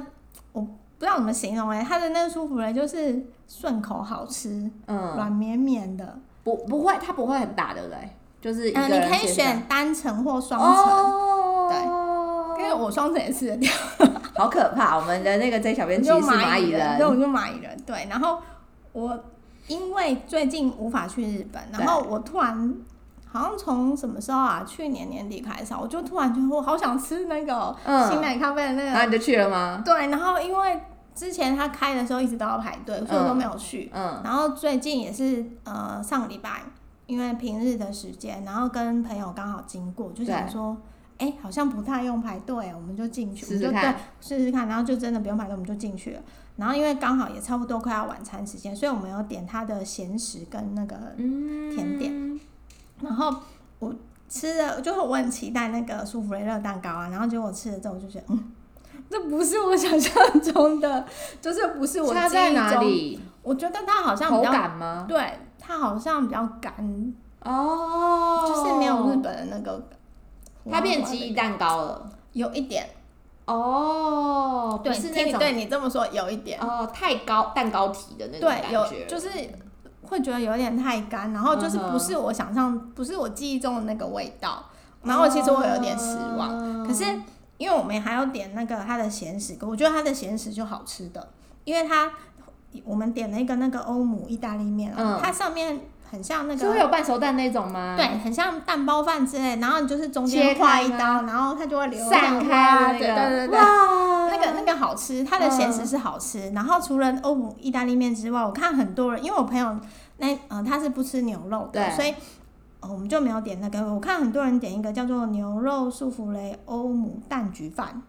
Speaker 1: 我不知道怎么形容哎、它的那个舒芙蕾就是顺口好吃，
Speaker 2: 嗯，
Speaker 1: 软绵绵的，
Speaker 2: 不不会，它不会很大，对不对？就是一个
Speaker 1: 嗯，你
Speaker 2: 人
Speaker 1: 可以
Speaker 2: 先
Speaker 1: 选单层或双层，
Speaker 2: 哦，
Speaker 1: 因为我双层也吃得掉。
Speaker 2: 好可怕！我们的那个 J 小编其实
Speaker 1: 就是
Speaker 2: 蚂蚁
Speaker 1: 人，
Speaker 2: 人
Speaker 1: 对，，我就蚂蚁人。对，然后我因为最近无法去日本，
Speaker 2: 对
Speaker 1: 然后我突然好像从什么时候啊？去年年底开始啊，我就突然觉得我好想吃那个
Speaker 2: 嗯
Speaker 1: 新奶咖啡的那
Speaker 2: 然
Speaker 1: 个。
Speaker 2: 后你就去了吗？
Speaker 1: 对，然后因为之前他开的时候一直都要排队，所以我都没有去。
Speaker 2: 嗯
Speaker 1: 然后最近也是呃上个礼拜，因为平日的时间，然后跟朋友刚好经过，就想
Speaker 2: 对
Speaker 1: 说，哎、好像不太用排队，我们就进去，
Speaker 2: 试试
Speaker 1: 我们就
Speaker 2: 看
Speaker 1: 对试试看，然后就真的不用排队，我们就进去了。然后因为刚好也差不多快要晚餐时间，所以我们有点它的咸食跟那个
Speaker 2: 嗯
Speaker 1: 甜
Speaker 2: 点，
Speaker 1: 然后我吃了，就是我很期待那个舒芙蕾热蛋糕啊，然后结果我吃了之后，我就觉得，嗯，这不是我想象中的，就是不是我
Speaker 2: 差在
Speaker 1: 记忆
Speaker 2: 哪
Speaker 1: 中？
Speaker 2: 里？
Speaker 1: 我觉得它好像
Speaker 2: 口
Speaker 1: 比较，
Speaker 2: 感吗？
Speaker 1: 对，它好像比较干，
Speaker 2: 哦，
Speaker 1: 就是没有日本的那个，
Speaker 2: 它变鸡翼蛋糕了。
Speaker 1: 有一点，
Speaker 2: 哦，不
Speaker 1: 对，
Speaker 2: 是
Speaker 1: 听
Speaker 2: 那
Speaker 1: 你
Speaker 2: 种
Speaker 1: 对你这么说有一点，
Speaker 2: 哦太高蛋糕体的那种感
Speaker 1: 对，
Speaker 2: 觉，
Speaker 1: 有就是。会觉得有点太干，然后就是不是我想
Speaker 2: 嗯
Speaker 1: 象不是我记忆中的那个味道，然后其实我有点失望。
Speaker 2: 望
Speaker 1: 可是因为我们还要点那个它的咸食，我觉得它的咸食就好吃的，因为它我们点了一个那个欧姆意大利面、啊，
Speaker 2: 嗯
Speaker 1: 它上面很像那
Speaker 2: 是会
Speaker 1: 个。
Speaker 2: 有半熟蛋那种吗？
Speaker 1: 对，，很像蛋包饭之类，然后你就是中
Speaker 2: 啊切
Speaker 1: 间
Speaker 2: 开
Speaker 1: 划一
Speaker 2: 吗
Speaker 1: 刀，然后它就会流啊
Speaker 2: 散
Speaker 1: 上
Speaker 2: 开啊的
Speaker 1: 对
Speaker 2: 那个，
Speaker 1: 对对对，
Speaker 2: 哇，
Speaker 1: 那个那个好吃，它
Speaker 2: 嗯
Speaker 1: 的咸食是好吃。然后除了欧姆意大利面之外，我看很多人，因为我朋友那呃他是不吃牛肉的，
Speaker 2: 对
Speaker 1: 所以、呃我们就没有点那个。我看很多人点一个叫做牛肉素芙蕾欧姆蛋焗饭，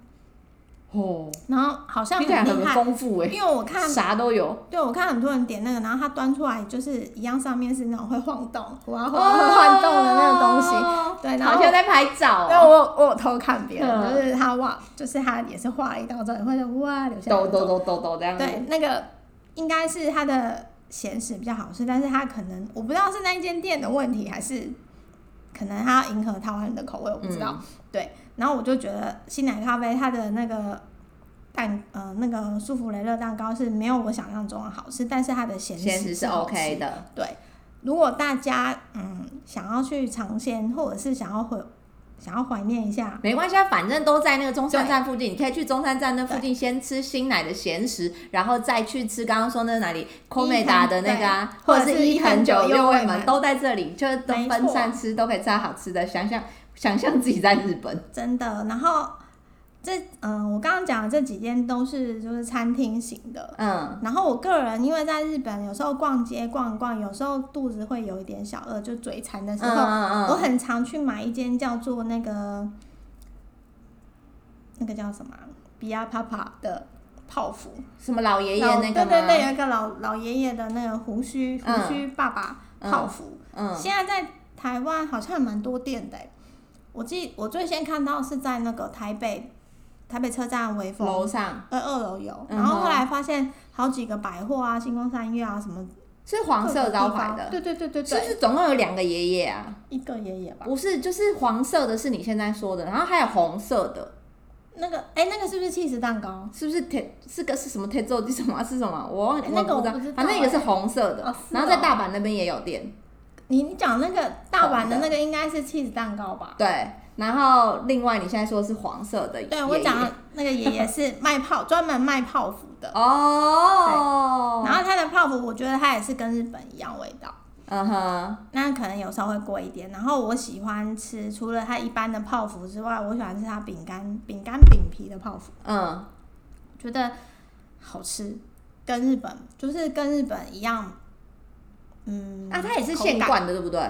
Speaker 2: 哦，
Speaker 1: 然后好像
Speaker 2: 听
Speaker 1: 很
Speaker 2: 起来
Speaker 1: 厉
Speaker 2: 很
Speaker 1: 害，
Speaker 2: 丰富哎，
Speaker 1: 因为我看
Speaker 2: 啥都有。
Speaker 1: 对我看很多人点那个，然后它端出来就是一样，上面是那种会晃动，哇
Speaker 2: 哦
Speaker 1: 哇会晃动的那个东西。对，然
Speaker 2: 好
Speaker 1: 后
Speaker 2: 像在拍照
Speaker 1: 对，
Speaker 2: 哦，
Speaker 1: 我有我有偷看别人，
Speaker 2: 嗯
Speaker 1: 就是他哇，就是他也是画一道之后，也会哇留下来
Speaker 2: 抖
Speaker 1: 那
Speaker 2: 抖
Speaker 1: 种
Speaker 2: 抖抖抖这样子。
Speaker 1: 对，那个应该是它的咸食比较好吃，但是它可能我不知道是那一间店的问题，还是可能它要迎合台湾人的口味，我不知
Speaker 2: 嗯
Speaker 1: 道。对，然后我就觉得新奶咖啡它的那个蛋呃那个舒芙蕾热蛋糕是没有我想象中的好吃，但是它的咸
Speaker 2: 咸
Speaker 1: 是
Speaker 2: 食嗯是
Speaker 1: 好吃
Speaker 2: OK 的，
Speaker 1: 对，如果大家嗯想要去尝鲜，或者是想要回想要怀念一下，
Speaker 2: 没关系，啊，反正都在那个中山站附近，你可以去中山站那附近先吃新奶的咸食，然后再去吃刚刚说那哪里 o 美达的那个啊，
Speaker 1: 对
Speaker 2: 或者是伊藤久
Speaker 1: 或者
Speaker 2: 六
Speaker 1: 是伊藤久
Speaker 2: 味
Speaker 1: 六味
Speaker 2: 门
Speaker 1: 门
Speaker 2: 都在这里，就是都
Speaker 1: 没
Speaker 2: 分
Speaker 1: 错
Speaker 2: 散吃，都可以吃到好吃的。想想想象自己在日本，
Speaker 1: 真的。然后这嗯、我刚刚讲的这几间都是就是餐厅型的。
Speaker 2: 嗯，
Speaker 1: 然后我个人因为在日本，有时候逛街逛一逛，有时候肚子会有一点小饿，就嘴馋的
Speaker 2: 嗯
Speaker 1: 时候，
Speaker 2: 嗯
Speaker 1: 我很常去买一间叫做那个那个叫什么啊比亚帕帕的泡芙，
Speaker 2: 什么老爷爷
Speaker 1: 老
Speaker 2: 那个吗？
Speaker 1: 对对对，有一个老老爷爷的那个胡须胡
Speaker 2: 嗯
Speaker 1: 须爸爸
Speaker 2: 嗯
Speaker 1: 泡芙，
Speaker 2: 嗯，
Speaker 1: 现在在台湾好像还蛮多店的欸、我记我最先看到是在那个台北台北车站微风
Speaker 2: 嗯楼上
Speaker 1: 二二楼有，
Speaker 2: 嗯哼
Speaker 1: 然后后来发现好几个百货啊，星光三月啊什么
Speaker 2: 是黄
Speaker 1: 各
Speaker 2: 色
Speaker 1: 个
Speaker 2: 招
Speaker 1: 地
Speaker 2: 牌
Speaker 1: 方
Speaker 2: 的，
Speaker 1: 对对对对
Speaker 2: 是
Speaker 1: 对，
Speaker 2: 不是总共有两个爷爷啊？
Speaker 1: 一个爷爷吧。
Speaker 2: 不是，就是黄色的是你现在说的，然后还有红色的，
Speaker 1: 那个哎、那个是不是 cheese 蛋糕？
Speaker 2: 是不是铁是个是什么铁做机什么啊 是什么啊？我忘了，
Speaker 1: 那个
Speaker 2: 我也
Speaker 1: 我不知道
Speaker 2: 反正一个是红色的，
Speaker 1: 哦是
Speaker 2: 然后
Speaker 1: 哦
Speaker 2: 在大阪那边也有店，
Speaker 1: 你你讲那个大阪的
Speaker 2: 红的
Speaker 1: 那个应该是 cheese 蛋糕吧？
Speaker 2: 对。然后另外你现在说是黄色呃的爷爷，
Speaker 1: 对我讲的那个爷爷是卖泡专门卖泡芙的，
Speaker 2: 哦，
Speaker 1: 然后他的泡芙我觉得它也是跟日本一样味道。
Speaker 2: 嗯哼，
Speaker 1: 那可能有时候会贵一点。然后我喜欢吃，除了它一般的泡芙之外，我喜欢吃它饼干、饼干饼皮的泡芙，
Speaker 2: 嗯，
Speaker 1: 觉得好吃，跟日本就是跟日本一样。嗯，
Speaker 2: 啊，它也是
Speaker 1: 口
Speaker 2: 现
Speaker 1: 感
Speaker 2: 灌的，对不对？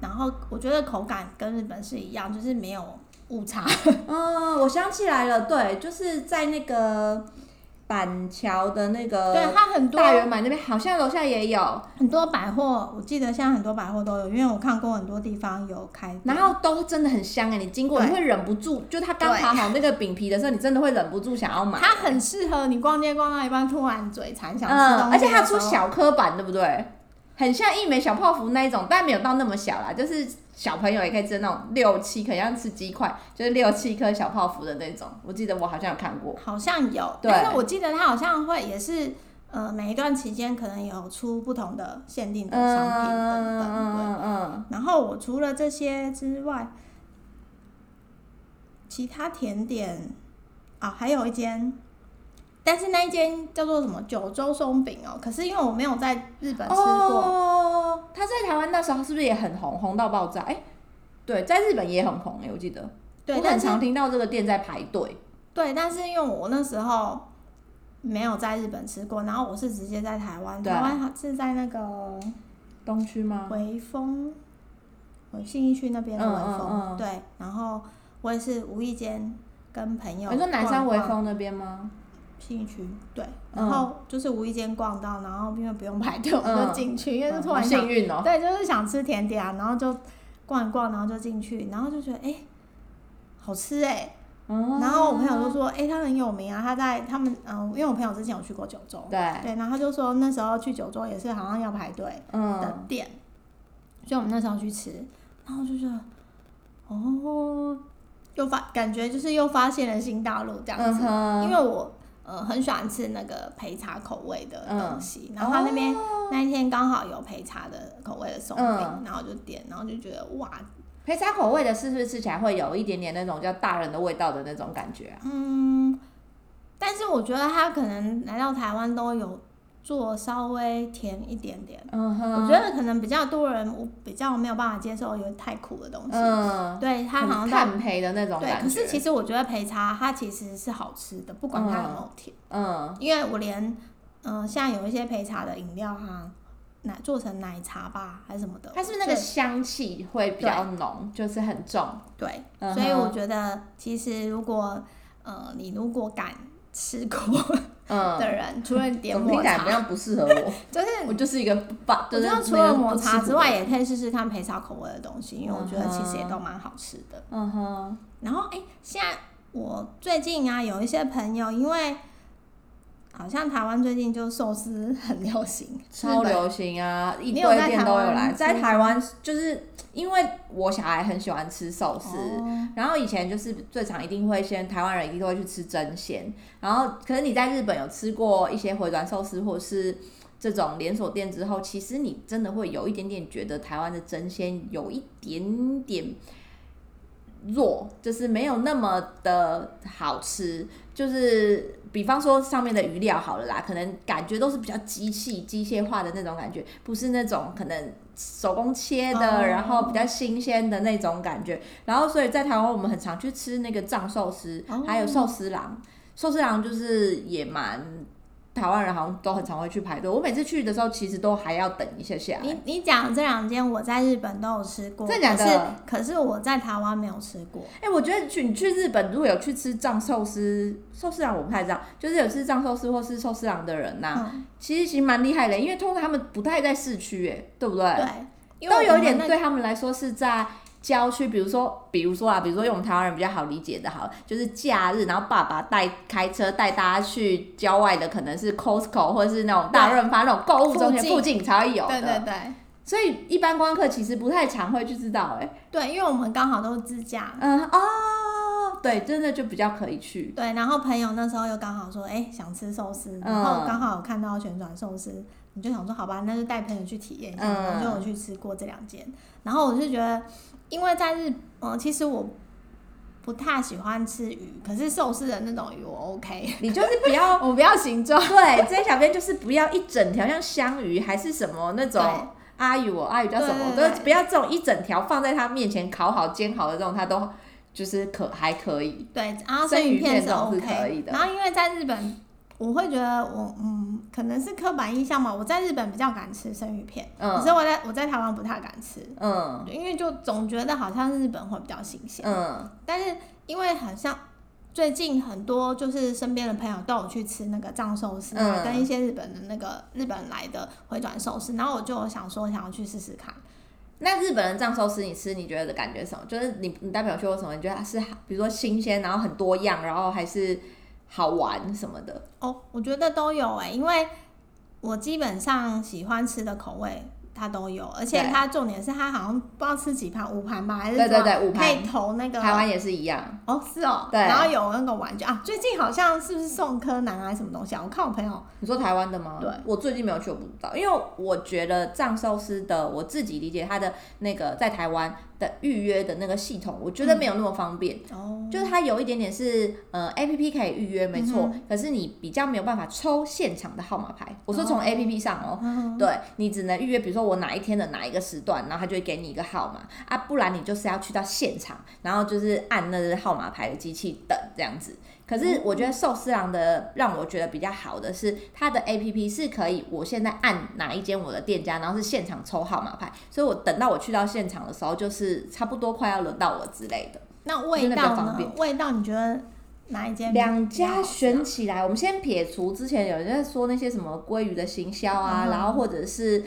Speaker 1: 然后我觉得口感跟日本是一样，就是没 有误差。
Speaker 2: 嗯，我想起来了，对，就是在那个板桥的那
Speaker 1: 对，
Speaker 2: 个
Speaker 1: 它很多
Speaker 2: 大圆满那边，好像楼下也有，
Speaker 1: 很多百货，我记得现在很多百货都有，因为我看过很多地方有开店。
Speaker 2: 然后都真的很香哎，你经过
Speaker 1: 对
Speaker 2: 你会忍不住，就它刚
Speaker 1: 对
Speaker 2: 烤好那个饼皮的时候，你真的会忍不住想要买。
Speaker 1: 它很适合你逛街逛到一半，突然嘴馋想吃东西的
Speaker 2: 嗯，
Speaker 1: 时候、
Speaker 2: 而且它出小颗版，对不对？很像一枚小泡芙那一种，但没有到那么小啦，就是小朋友也可以吃的那种六七颗，像吃鸡块，就是六七颗小泡芙的那种。我记得我好像有看过，
Speaker 1: 好像有，
Speaker 2: 对
Speaker 1: 但是我记得它好像会也是，呃，每一段期间可能有出不同的限定
Speaker 2: 嗯
Speaker 1: 的商品等等。对。
Speaker 2: 嗯嗯
Speaker 1: 然后我除了这些之外，其他甜点啊，还有一间，但是那一间叫做什么九州松饼哦，可是因为我没有在日本
Speaker 2: 嗯，
Speaker 1: 吃过，
Speaker 2: 哦，它在台湾那时候是不是也很红，红到爆炸？哎、对，在日本也很红哎、我记得，
Speaker 1: 对
Speaker 2: 我，很
Speaker 1: 但是
Speaker 2: 常听到这个店在排队。
Speaker 1: 对，但是因为我那时候没有在日本吃过，然后我是直接在台湾，
Speaker 2: 对啊
Speaker 1: 台湾是在那个
Speaker 2: 东区吗？
Speaker 1: 微风，我信义区那边的微风，
Speaker 2: 嗯嗯嗯
Speaker 1: 对，然后我也是无意间跟朋友，
Speaker 2: 你说南山微，风那边吗？
Speaker 1: 信义区，对，
Speaker 2: 嗯
Speaker 1: 然后就是无意间逛到，然后因为不用排队，我
Speaker 2: 嗯
Speaker 1: 就进去，因为就
Speaker 2: 嗯
Speaker 1: 突然
Speaker 2: 好
Speaker 1: 想
Speaker 2: 幸运哦、
Speaker 1: 对，就是想吃甜点啊，然后就逛一逛，然后就进去，然后就觉得哎、诶好吃哎、
Speaker 2: 嗯
Speaker 1: 然后我朋友就说，哎、他很有名啊，他在他们嗯、因为我朋友之前有去过九州，
Speaker 2: 对，
Speaker 1: 对，然后他就说那时候去九州也是好像要排队的
Speaker 2: 嗯，
Speaker 1: 店，所以我们那时候去吃，然后我就觉得，哦，又发感觉就是又发现了新大陆这样
Speaker 2: 嗯
Speaker 1: 子，
Speaker 2: 哼
Speaker 1: 因为我呃很喜欢吃那个焙茶口味的东西，然后他那边、
Speaker 2: 哦
Speaker 1: 那一天刚好有焙茶的口味的松饼，
Speaker 2: 嗯
Speaker 1: 然后我就点，然后就觉得哇，
Speaker 2: 焙茶口味的，是不是吃起来会有一点点那种叫大人的味道的那种感觉啊？
Speaker 1: 嗯，但是我觉得他可能来到台湾都有做稍微甜一点点。
Speaker 2: 嗯哼
Speaker 1: 我觉得可能比较多人，我比较没有办法接受有太苦的东西。
Speaker 2: 嗯，
Speaker 1: 对他
Speaker 2: 很
Speaker 1: 好像在
Speaker 2: 炭焙的那种
Speaker 1: 对，
Speaker 2: 感觉。
Speaker 1: 可是其实我觉得焙茶它其实是好吃的，不管它有没有甜。
Speaker 2: 嗯
Speaker 1: 因为我连嗯、呃像有一些焙茶的饮料哈，奶做成奶茶吧还是什么的，
Speaker 2: 它是不是那个
Speaker 1: 对
Speaker 2: 香气会比较浓，就是很重？
Speaker 1: 对，
Speaker 2: 嗯
Speaker 1: 所以
Speaker 2: 哼
Speaker 1: 我觉得其实如果呃你如果敢吃苦
Speaker 2: 嗯，
Speaker 1: 的人，除了你点
Speaker 2: 怎么听
Speaker 1: 抹
Speaker 2: 起来好
Speaker 1: 茶，
Speaker 2: 像不适合我，
Speaker 1: 就是
Speaker 2: 我就是一个不把，
Speaker 1: 我
Speaker 2: 就
Speaker 1: 觉
Speaker 2: 是
Speaker 1: 得除
Speaker 2: 那
Speaker 1: 了
Speaker 2: 个
Speaker 1: 抹
Speaker 2: 不吃
Speaker 1: 茶
Speaker 2: 苦
Speaker 1: 之
Speaker 2: 的
Speaker 1: 外，，也可以试试看焙茶口味的东西，因为我觉得其实也
Speaker 2: 嗯哼
Speaker 1: 都蛮好吃的。
Speaker 2: 嗯哼，
Speaker 1: 然后哎、诶现在我最近啊有一些朋友，因为好像台湾最近就寿司很流行，
Speaker 2: 超
Speaker 1: 日本
Speaker 2: 流行啊，一
Speaker 1: 你有在
Speaker 2: 堆店都有
Speaker 1: 台
Speaker 2: 来。
Speaker 1: 湾
Speaker 2: 在
Speaker 1: 吃
Speaker 2: 台湾，就是因为我小孩很喜欢吃寿司，
Speaker 1: 哦
Speaker 2: 然后以前就是最常一定会先台湾人一定都会去吃真鲜，然后可是你在日本有吃过一些回转寿司或是这种连锁店之后，其实你真的会有一点点觉得台湾的真鲜有一点点弱，就是没有那么的好吃，就是。比方说上面的鱼料好了啦，可能感觉都是比较机器、机械化的那种感觉，不是那种可能手工切的，
Speaker 1: 哦
Speaker 2: 然后比较新鲜的那种感觉。然后所以在台湾我们很常去吃那个藏寿司，
Speaker 1: 哦
Speaker 2: 还有寿司郎。寿司郎就是也蛮台湾人好像都很常会去排队。我每次去的时候，其实都还要等一下下来。
Speaker 1: 你你讲这两间，我在日本都有吃过，
Speaker 2: 啊真的假的
Speaker 1: 可是可是我在台湾没有吃过。
Speaker 2: 哎、我觉得去你去日本，如果有去吃藏寿司、寿司郎，我不太知道，就是有吃藏寿司或是寿司郎的人呐、
Speaker 1: 嗯，
Speaker 2: 其实其实蛮厉害的，因为通常他们不太在市区，哎，对不对？
Speaker 1: 对，因为
Speaker 2: 都
Speaker 1: 我
Speaker 2: 有
Speaker 1: 们
Speaker 2: 一点
Speaker 1: 那
Speaker 2: 对他们来说是在郊区，比如说，比如说啊，比如说用我们台湾人比较好理解的，好了，就是假日，然后爸爸带开车带大家去郊外的，可能是 Costco 或者是那种大润发那种购物中心
Speaker 1: 附近
Speaker 2: 附近才会有的。
Speaker 1: 对对对
Speaker 2: 所以一般观光客其实不太常会去知道、哎，
Speaker 1: 对，因为我们刚好都是自驾，
Speaker 2: 嗯哦，对，真的就比较可以去。
Speaker 1: 对，然后朋友那时候又刚好说，哎、想吃寿司，然
Speaker 2: 嗯
Speaker 1: 后刚好有看到旋转寿司，你就想说，好吧，那就带朋友去体验一下，
Speaker 2: 嗯
Speaker 1: 然后就有去吃过这两间，然后我就觉得，因为在日，嗯、其实我不太喜欢吃鱼，可是寿司的那种鱼我 OK，
Speaker 2: 你就是不要，
Speaker 1: 我不要形状，
Speaker 2: 对，这些小编就是不要一整条像香鱼还是什么那种
Speaker 1: 对
Speaker 2: 阿鱼，我阿鱼叫什么，
Speaker 1: 对对
Speaker 2: 都不要这种一整条放在他面前烤好煎好的这种，他都就是可还可以。
Speaker 1: 对，然后
Speaker 2: 生
Speaker 1: 生
Speaker 2: 鱼
Speaker 1: 鱼
Speaker 2: 片
Speaker 1: 片
Speaker 2: 这种是
Speaker 1: OK，
Speaker 2: 可以的
Speaker 1: 然后因为在日本，我会觉得我嗯，可能是刻板印象嘛，我在日本比较敢吃生鱼片，可
Speaker 2: 嗯
Speaker 1: 是我在我在台湾不太敢吃，
Speaker 2: 嗯
Speaker 1: 因为就总觉得好像日本会比较新鲜，
Speaker 2: 嗯
Speaker 1: 但是因为好像最近很多就是身边的朋友都有去吃那个藏寿司啊，
Speaker 2: 嗯
Speaker 1: 跟一些日本的那个日本来的回转寿司，然后我就想说想要去试试看。
Speaker 2: 那日本人藏寿司你吃，你觉得的感觉是什么？就是你你代表去过什么？你觉得它是比如说新鲜，然后很多样，然后还是好玩什么的？
Speaker 1: 哦，我觉得都有哎、因为我基本上喜欢吃的口味它都有，而且
Speaker 2: 对
Speaker 1: 它重点是它好像不知道吃几盘，五盘吧还是
Speaker 2: 对
Speaker 1: 多
Speaker 2: 对
Speaker 1: 少
Speaker 2: 对五盘
Speaker 1: 可以投那个
Speaker 2: 台湾也是一样，
Speaker 1: 哦是哦，
Speaker 2: 对
Speaker 1: 然后有那个玩具啊，最近好像是不是送柯南还是什么东西啊？我看我朋友
Speaker 2: 你说台湾的吗？
Speaker 1: 对，
Speaker 2: 我最近没有去，我不知道，因为我觉得藏寿司的我自己理解它的那个在台湾的预约的那个系统，我觉得没有那么方便。
Speaker 1: 哦，
Speaker 2: 就是它有一点点是呃，A P P 可以预约，没错，
Speaker 1: 嗯
Speaker 2: 可是你比较没有办法抽现场的号码牌。我说从
Speaker 1: 哦
Speaker 2: A P P 上哦，
Speaker 1: 嗯
Speaker 2: 对你只能预约，比如说我哪一天的哪一个时段，然后他就会给你一个号码啊，不然你就是要去到现场，然后就是按那个号码牌的机器等这样子。可是我觉得寿司郎的让我觉得比较好的是，它的 A P P 是可以，我现在按哪一间我的店家，然后是现场抽号码牌，所以我等到我去到现场的时候，就是差不多快要轮到我之类的。
Speaker 1: 那
Speaker 2: 真
Speaker 1: 味
Speaker 2: 的比较
Speaker 1: 道
Speaker 2: 方
Speaker 1: 呢
Speaker 2: 便？
Speaker 1: 味道你觉得哪一间比较好吃啊？
Speaker 2: 两家选起来，我们先撇除之前有人在说那些什么鲑鱼的行销啊，
Speaker 1: 嗯
Speaker 2: 然后或者是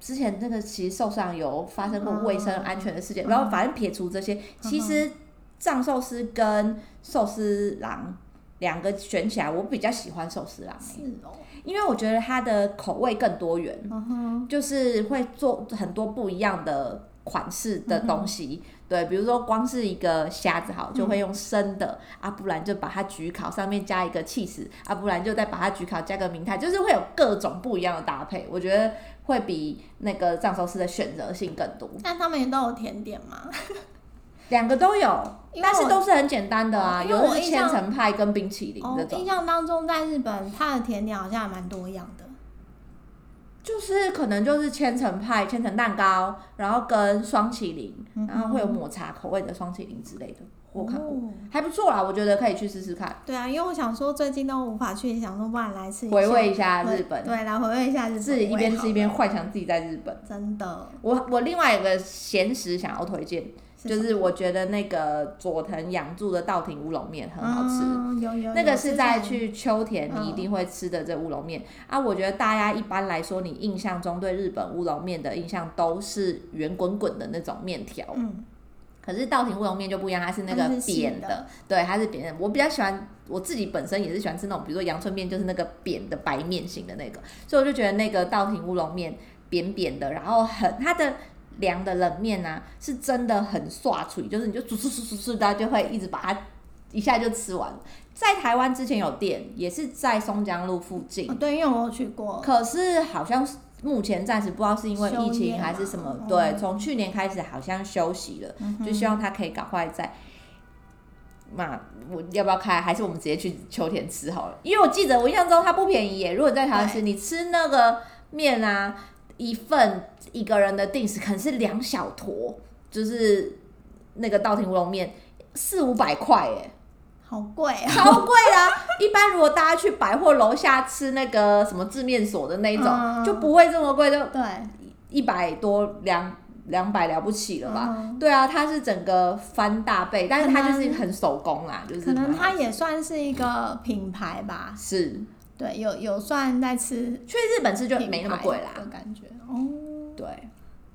Speaker 2: 之前那个其实寿司上有发生过卫生
Speaker 1: 嗯
Speaker 2: 安全的事件，
Speaker 1: 嗯
Speaker 2: 然后反正撇除这些，其实藏寿司跟寿司郎两个选起来，我比较喜欢寿司郎、欸，
Speaker 1: 是哦，
Speaker 2: 因为我觉得它的口味更多元，
Speaker 1: 嗯哼，
Speaker 2: 就是会做很多不一样的款式的东
Speaker 1: 嗯
Speaker 2: 西。对，比如说光是一个虾子好，就会用生
Speaker 1: 嗯
Speaker 2: 的、啊，不然就把它焗烤，上面加一个 cheese 啊，不然就再把它焗烤加个明太，就是会有各种不一样的搭配。我觉得会比那个藏寿司的选择性更多，
Speaker 1: 那他们都有甜点吗？
Speaker 2: 两个都有，
Speaker 1: 因为
Speaker 2: 但是
Speaker 1: 我
Speaker 2: 都是很简单的啊，
Speaker 1: 因
Speaker 2: 有
Speaker 1: 为
Speaker 2: 的
Speaker 1: 我
Speaker 2: 是
Speaker 1: 印
Speaker 2: 千
Speaker 1: 象
Speaker 2: 层派跟冰淇淋
Speaker 1: 哦
Speaker 2: 这，
Speaker 1: 印
Speaker 2: 种，
Speaker 1: 象当中在日本，它的甜点好像还蛮多样的。
Speaker 2: 就是可能就是千层派、千层蛋糕，然后跟双淇
Speaker 1: 嗯
Speaker 2: 淋，然后会有抹茶口味的双淇淋之类的，我看过。
Speaker 1: 哦
Speaker 2: 还不错啦，我觉得可以去试试看，
Speaker 1: 对啊，因为我想说最近都无法去，想说不然来吃一下
Speaker 2: 回味一下
Speaker 1: 回
Speaker 2: 日本，
Speaker 1: 对，来回味一下日本味好了，
Speaker 2: 自己一边吃一边幻想自己在日本。
Speaker 1: 真的
Speaker 2: 我我另外有个闲食想要推荐，就
Speaker 1: 什么
Speaker 2: 是我觉得那个佐藤养助的稻庭乌龙面很好吃。
Speaker 1: 嗯、有有有
Speaker 2: 那个是在
Speaker 1: 之前
Speaker 2: 去秋田
Speaker 1: 嗯
Speaker 2: 你一定会吃的这乌龙面啊，我觉得大家一般来说，你印象中对日本乌龙面的印象都是圆滚滚的那种面条，
Speaker 1: 嗯
Speaker 2: 可是稻庭乌龙面就不一样，它是那
Speaker 1: 它
Speaker 2: 个
Speaker 1: 是细
Speaker 2: 扁
Speaker 1: 的
Speaker 2: 的，对，它是扁的。我比较喜欢，我自己本身也是喜欢吃那种，比如说阳春面，就是那个扁的白面型的那个，所以我就觉得那个稻庭乌龙面扁扁的，然后很它的凉的冷面啊，是真的很刷嘴，就是你就煮煮煮煮煮，它就会一直把它一下就吃完了。在台湾之前有店，也是在松江路附近
Speaker 1: 哦，对，因为我有去过，
Speaker 2: 可是好像是目前暂时不知道是因为疫
Speaker 1: 休业
Speaker 2: 情
Speaker 1: 嘛
Speaker 2: 还是什么，
Speaker 1: 嗯
Speaker 2: 对，从去年开始好像休息了，就希望他可以赶快再。嘛，我要不要开？还是我们直接去秋田吃好了？因为我记得我印象中它不便宜耶。如果在台湾吃，
Speaker 1: 对
Speaker 2: 你吃那个面啊，一份一个人的定时可能是两小坨，就是那个稻庭乌龙面，四五百块耶。
Speaker 1: 好贵啊，
Speaker 2: 超贵的啊、一般如果大家去百货楼下吃那个什么字面所的那一种，
Speaker 1: 嗯
Speaker 2: 就不会这么贵，就
Speaker 1: 对，
Speaker 2: 一百多两两百了不起了吧？
Speaker 1: 嗯
Speaker 2: 对啊，它是整个翻大倍，但是它就是很手工啦，就是
Speaker 1: 可能
Speaker 2: 蛮好
Speaker 1: 它也算是一个品牌吧，
Speaker 2: 是
Speaker 1: 对，有有算在吃
Speaker 2: 去日本吃就没那么贵
Speaker 1: 品牌
Speaker 2: 啦
Speaker 1: 的，感觉哦。
Speaker 2: 对，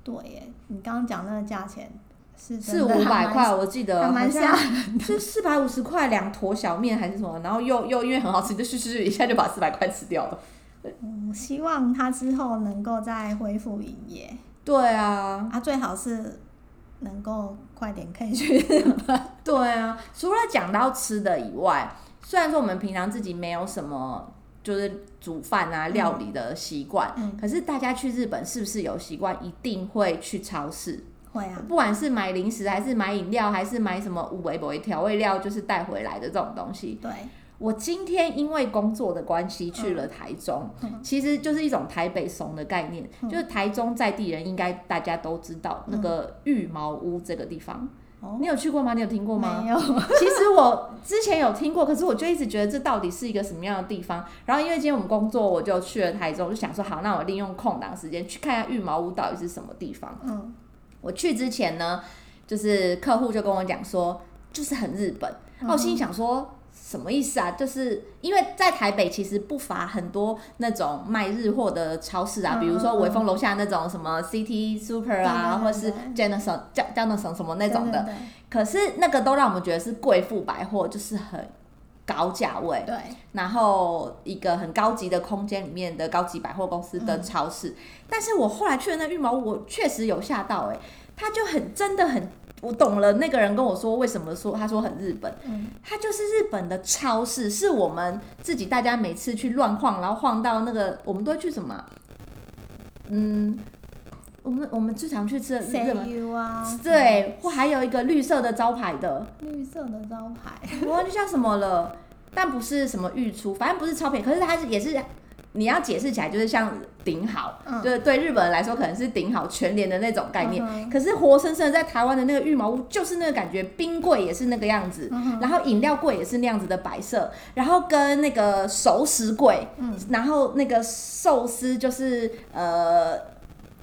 Speaker 1: 对耶，你刚刚讲那个价钱是
Speaker 2: 四
Speaker 1: 真的
Speaker 2: 五
Speaker 1: 还
Speaker 2: 百
Speaker 1: 蛮
Speaker 2: 块，我记得
Speaker 1: 还蛮
Speaker 2: 好像
Speaker 1: 吓
Speaker 2: 是四百五十块两坨小面还是什么，然后又又因为很好吃，就咻咻咻一下就把四百块吃掉了。
Speaker 1: 嗯，希望它之后能够再恢复营业，
Speaker 2: 对啊，
Speaker 1: 啊，最好是能够快点可以 去。
Speaker 2: 对啊，除了讲到吃的以外，虽然说我们平常自己没有什么就是煮饭啊、料理的习惯，
Speaker 1: 嗯
Speaker 2: 可是大家去日本是不是有习惯一定会去超市？
Speaker 1: 会啊，
Speaker 2: 不管是买零食，还是买饮料，还是买什么五味不调味料，就是带回来的这种东西。
Speaker 1: 对，
Speaker 2: 我今天因为工作的关系去了台中，
Speaker 1: 嗯
Speaker 2: 其实就是一种台北怂的概念，
Speaker 1: 嗯
Speaker 2: 就是台中在地人应该大家都知道那个玉毛屋这个地方，
Speaker 1: 哦
Speaker 2: 你有去过吗？你有听过吗？
Speaker 1: 没有，
Speaker 2: 其实我之前有听过，可是我就一直觉得这到底是一个什么样的地方。然后因为今天我们工作，我就去了台中，就想说好，那我利用空档时间去看一下羽毛屋到底是什么地方。
Speaker 1: 嗯，
Speaker 2: 我去
Speaker 1: 嗯
Speaker 2: 之哦前呢，就是客户就跟我讲说，就是很日本。那我心里想说，什么意思啊？就是因为在台北其实不乏很多那种卖日货的超市啊，
Speaker 1: 嗯
Speaker 2: 比如说微风楼下那种什么 CT Super 啊，
Speaker 1: 对对对
Speaker 2: 或是 Janison Janison 什么 那种的，
Speaker 1: 对
Speaker 2: 可是那个都让我们觉得是贵妇百货，就是很高价位
Speaker 1: 对，对
Speaker 2: 然后一个很高级的空间里面的高级百货公司的超市。但是我后来去的那预谋，我确实有吓到哎、欸，他就很真的很。我懂了，那个人跟我说为什么说他说很日本，
Speaker 1: 嗯
Speaker 2: 它就是日本的超市，是我们自己大家每次去乱晃，然后晃到那个我们都会去什么啊？嗯，我们我们最常去吃的日
Speaker 1: ，C
Speaker 2: 本
Speaker 1: U 啊，
Speaker 2: 对，或还有一个绿色的招牌的，
Speaker 1: 绿色的招牌，
Speaker 2: 我忘记叫什么了，但不是什么御出，反正不是超便宜，可是它是也是。你要解释起来，就是像顶好，
Speaker 1: 嗯
Speaker 2: 就是对日本人来说可能是顶好全联的那种概念，
Speaker 1: 嗯
Speaker 2: 可是活生生的在台湾的那个羽毛屋就是那个感觉，冰柜也是那个样子，
Speaker 1: 嗯
Speaker 2: 然后饮料柜也是那样子的摆设，然后跟那个熟食柜，
Speaker 1: 嗯
Speaker 2: 然后那个寿司就是呃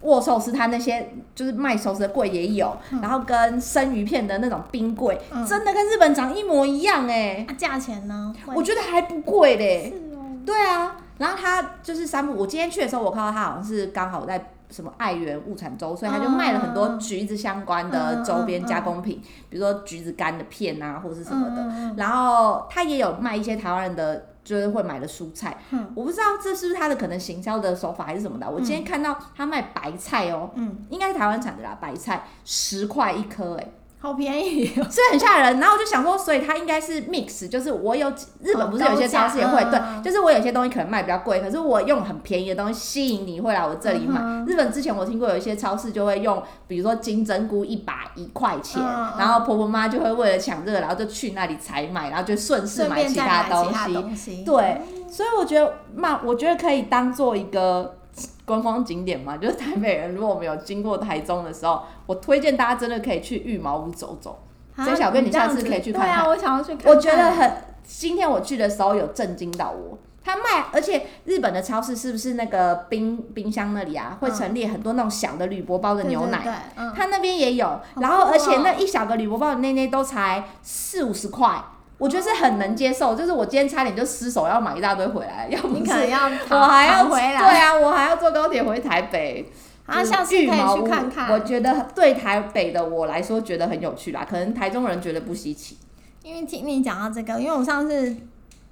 Speaker 2: 握寿司，它那些就是卖寿司的柜也有，然后跟生鱼片的那种冰柜，
Speaker 1: 嗯
Speaker 2: 真的跟日本长一模一样哎、
Speaker 1: 啊价钱呢？会
Speaker 2: 我觉得还不贵嘞。
Speaker 1: 是哦，
Speaker 2: 对啊，然后它就是三浦，我今天去的时候，我看到它好像是刚好在什么爱媛物产周，所以它就卖了很
Speaker 1: 嗯
Speaker 2: 多橘子相关的周边加工品，比如说橘子干的片啊，或是什么的。
Speaker 1: 的，
Speaker 2: 然后它也有卖一些台湾人的，就是会买的蔬菜。
Speaker 1: 嗯
Speaker 2: 我不知道这是不是它的可能行销的手法还是什么的。我今天看到它卖白菜哦，
Speaker 1: 嗯，
Speaker 2: 应该是台湾产的啦，白菜十块一颗、哎。
Speaker 1: 好便宜哦，
Speaker 2: 是很吓人。然后我就想说，所以它应该是 mix，就是我有日本不是有些超市也会、
Speaker 1: 哦高价
Speaker 2: 对，就是我有些东西可能卖比较贵，可是我用很便宜的东西吸引你会来我这里买。
Speaker 1: 嗯
Speaker 2: 日本之前我听过有一些超市就会用，比如说金针菇一把一块钱，
Speaker 1: 嗯嗯
Speaker 2: 然后婆婆妈就会为了抢这个，然后就去那里采买，然后就顺势
Speaker 1: 顺
Speaker 2: 买
Speaker 1: 便
Speaker 2: 其
Speaker 1: 再
Speaker 2: 他
Speaker 1: 买
Speaker 2: 东
Speaker 1: 其他
Speaker 2: 西。
Speaker 1: 东西，
Speaker 2: 对，所以我觉得嘛，我觉得可以当做一个观光景点嘛，就是台北人如果我们有经过台中的时候，我推荐大家真的可以去羽毛屋走走。
Speaker 1: 啊
Speaker 2: 所以小哥你
Speaker 1: 这样
Speaker 2: 下次
Speaker 1: 子
Speaker 2: 可以去看
Speaker 1: 对
Speaker 2: 看
Speaker 1: 啊，我想要去看看，
Speaker 2: 我觉得很，今天我去的时候有震惊到我。他卖，而且日本的超市是不是那个冰冰箱那里啊，会
Speaker 1: 嗯
Speaker 2: 陈列很多那种小的铝箔包的
Speaker 1: 对
Speaker 2: 牛奶？
Speaker 1: 对对嗯，
Speaker 2: 他那边也有，
Speaker 1: 酷
Speaker 2: 然后而且
Speaker 1: 哦
Speaker 2: 那一小个铝箔包的内内都才四五十块，我觉得是很能接受。就是我今天差点就失手要买一大堆回 来，要不
Speaker 1: 哦你可能
Speaker 2: 是
Speaker 1: 要
Speaker 2: 我还要
Speaker 1: 扛回来，
Speaker 2: 对啊，我还要坐高铁回台北。
Speaker 1: 啊，
Speaker 2: 就是
Speaker 1: 下次可以
Speaker 2: 羽毛
Speaker 1: 去
Speaker 2: 屋
Speaker 1: 看看，
Speaker 2: 我觉得对台北的我来说觉得很有趣啦，可能台中人觉得不稀奇。
Speaker 1: 因为听你讲到这个，因为我上次，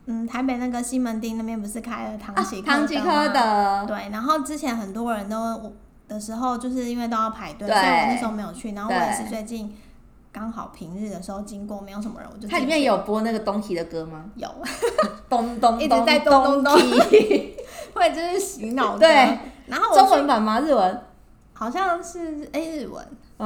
Speaker 1: 嗯，台北那个西门町那边不是开
Speaker 2: 啊
Speaker 1: 了唐哦吉
Speaker 2: 唐吉
Speaker 1: 诃
Speaker 2: 诃
Speaker 1: 德吗，
Speaker 2: 德，
Speaker 1: 对，然后之前很多人都我的时候，就是因为都要排队，
Speaker 2: 对
Speaker 1: 所以我那时候没有去，然后我也是
Speaker 2: 对
Speaker 1: 最近刚好平日的时候经过，没有什么人，我就
Speaker 2: 它里
Speaker 1: 进
Speaker 2: 面
Speaker 1: 去
Speaker 2: 有播那个东提的歌吗？
Speaker 1: 有，
Speaker 2: 咚咚
Speaker 1: 一直在咚咚咚
Speaker 2: 提
Speaker 1: 会就是洗脑歌
Speaker 2: 对，
Speaker 1: 然后我
Speaker 2: 中
Speaker 1: 就
Speaker 2: 文版吗？日文？
Speaker 1: 好像是哎、日文，
Speaker 2: 哦哦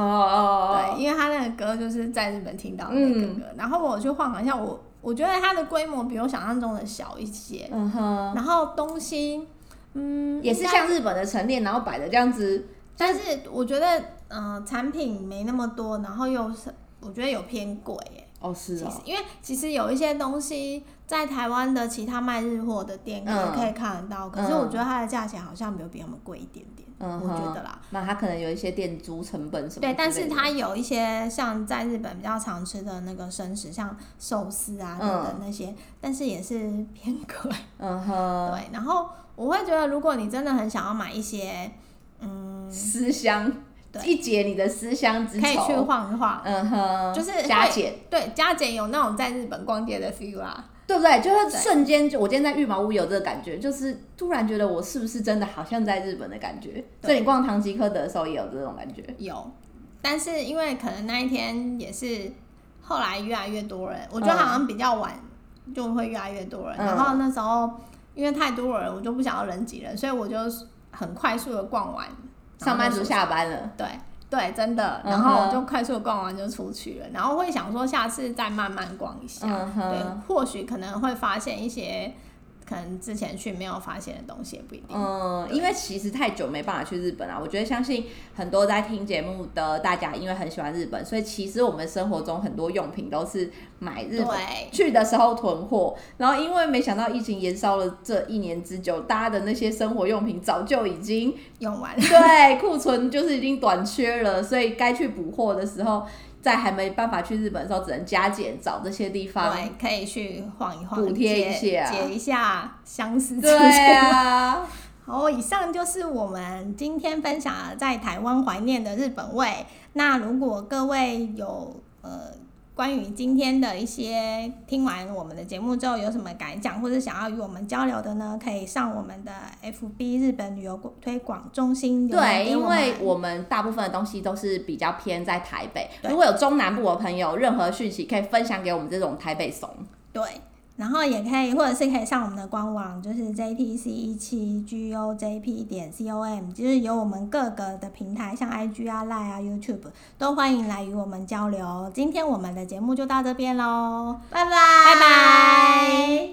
Speaker 2: 哦，
Speaker 1: 对，因为他那个歌就是在日本听到的那个
Speaker 2: 嗯
Speaker 1: 歌，然后我去晃了一下，我我觉得它的规模比我想象中的小一些，
Speaker 2: 嗯哼。
Speaker 1: 然后东西，嗯，
Speaker 2: 也是
Speaker 1: 应该
Speaker 2: 像日本的陈列，然后摆的这样子，
Speaker 1: 但是我觉得，嗯、产品没那么多，然后又是我觉得有偏贵耶。
Speaker 2: 哦，是
Speaker 1: 其实，因为其实有一些东西在台湾的其他卖日货的店可
Speaker 2: 嗯
Speaker 1: 能可以看得到，可是
Speaker 2: 嗯
Speaker 1: 我觉得它的价钱好像没有比我们贵一点点，
Speaker 2: 嗯
Speaker 1: 我
Speaker 2: 哼
Speaker 1: 觉得啦。
Speaker 2: 那它可能有一些店租成本什么之类
Speaker 1: 对，
Speaker 2: 的，
Speaker 1: 但是它有一些像在日本比较常吃的那个生食，像寿司啊等
Speaker 2: 嗯
Speaker 1: 等那些，但是也是偏贵。
Speaker 2: 嗯哼，
Speaker 1: 对，然后我会觉得，如果你真的很想要买一些，嗯，
Speaker 2: 思乡
Speaker 1: 对
Speaker 2: 一解你的思乡之
Speaker 1: 可以去
Speaker 2: 愁，
Speaker 1: 晃一晃，
Speaker 2: 嗯哼，
Speaker 1: 就是会
Speaker 2: 加减，
Speaker 1: 对，佳姐有那种在日本逛街的 feel 啊，
Speaker 2: 对不对？就是
Speaker 1: 对
Speaker 2: 瞬间，就我今天在御茅屋有这个感觉，就是突然觉得我是不是真的好像在日本的感觉，
Speaker 1: 对
Speaker 2: 所以你逛唐吉诃德的时候也有这种感觉，
Speaker 1: 有，但是因为可能那一天也是后来越来越多人，我觉得好像比较晚就会越来越多人，
Speaker 2: 嗯
Speaker 1: 然后那时候因为太多人，我就不想要人挤人，所以我就很快速的逛完，然后
Speaker 2: 上班族
Speaker 1: 就
Speaker 2: 下班了，
Speaker 1: 对。对，真的，
Speaker 2: 嗯哼
Speaker 1: 然后我就快速地逛完就出去了，然后会想说下次再慢慢逛一下，
Speaker 2: 嗯
Speaker 1: 对
Speaker 2: 哼，，
Speaker 1: 或许可能会发现一些可能之前去没有发现的东西，也不一定。
Speaker 2: 嗯，因为其实太久没办法去日本啊了、我觉得相信很多在听节目的大家，因为很喜欢日本，所以其实我们生活中很多用品都是买日本。
Speaker 1: 对，
Speaker 2: 去的时候囤货，然后因为没想到疫情延烧了这一年之久，大家的那些生活用品早就已经
Speaker 1: 用完
Speaker 2: 对库存就是已经短缺了，所以该去补货的时候，在还没办法去日本的时候，只能加减找这些地方。
Speaker 1: 对，可以去晃一晃，
Speaker 2: 补贴一
Speaker 1: 解
Speaker 2: 下
Speaker 1: 解一下相思之
Speaker 2: 对
Speaker 1: 间。
Speaker 2: 啊，
Speaker 1: 好，以上就是我们今天分享的在台湾怀念的日本味。那如果各位有呃关于今天的一些听完我们的节目之后有什么感想，或者想要与我们交流的呢，可以上我们的 FB 日本旅游推广中心留言
Speaker 2: 对，
Speaker 1: 给
Speaker 2: 因
Speaker 1: 我们
Speaker 2: 为我们大部分的东西都是比较偏在台北。
Speaker 1: 对
Speaker 2: 如果有中南部的朋友，任何讯息可以分享给我们这种台北怂。
Speaker 1: 对，然后也可以，或者是可以上我们的官网，就是 JTC 一七 GOJP 点 COM，就是有我们各个的平台，像 IG 啊、Line 啊、YouTube 都欢迎来与我们交流。今天我们的节目就到这边喽，
Speaker 2: 拜拜，
Speaker 1: 拜拜。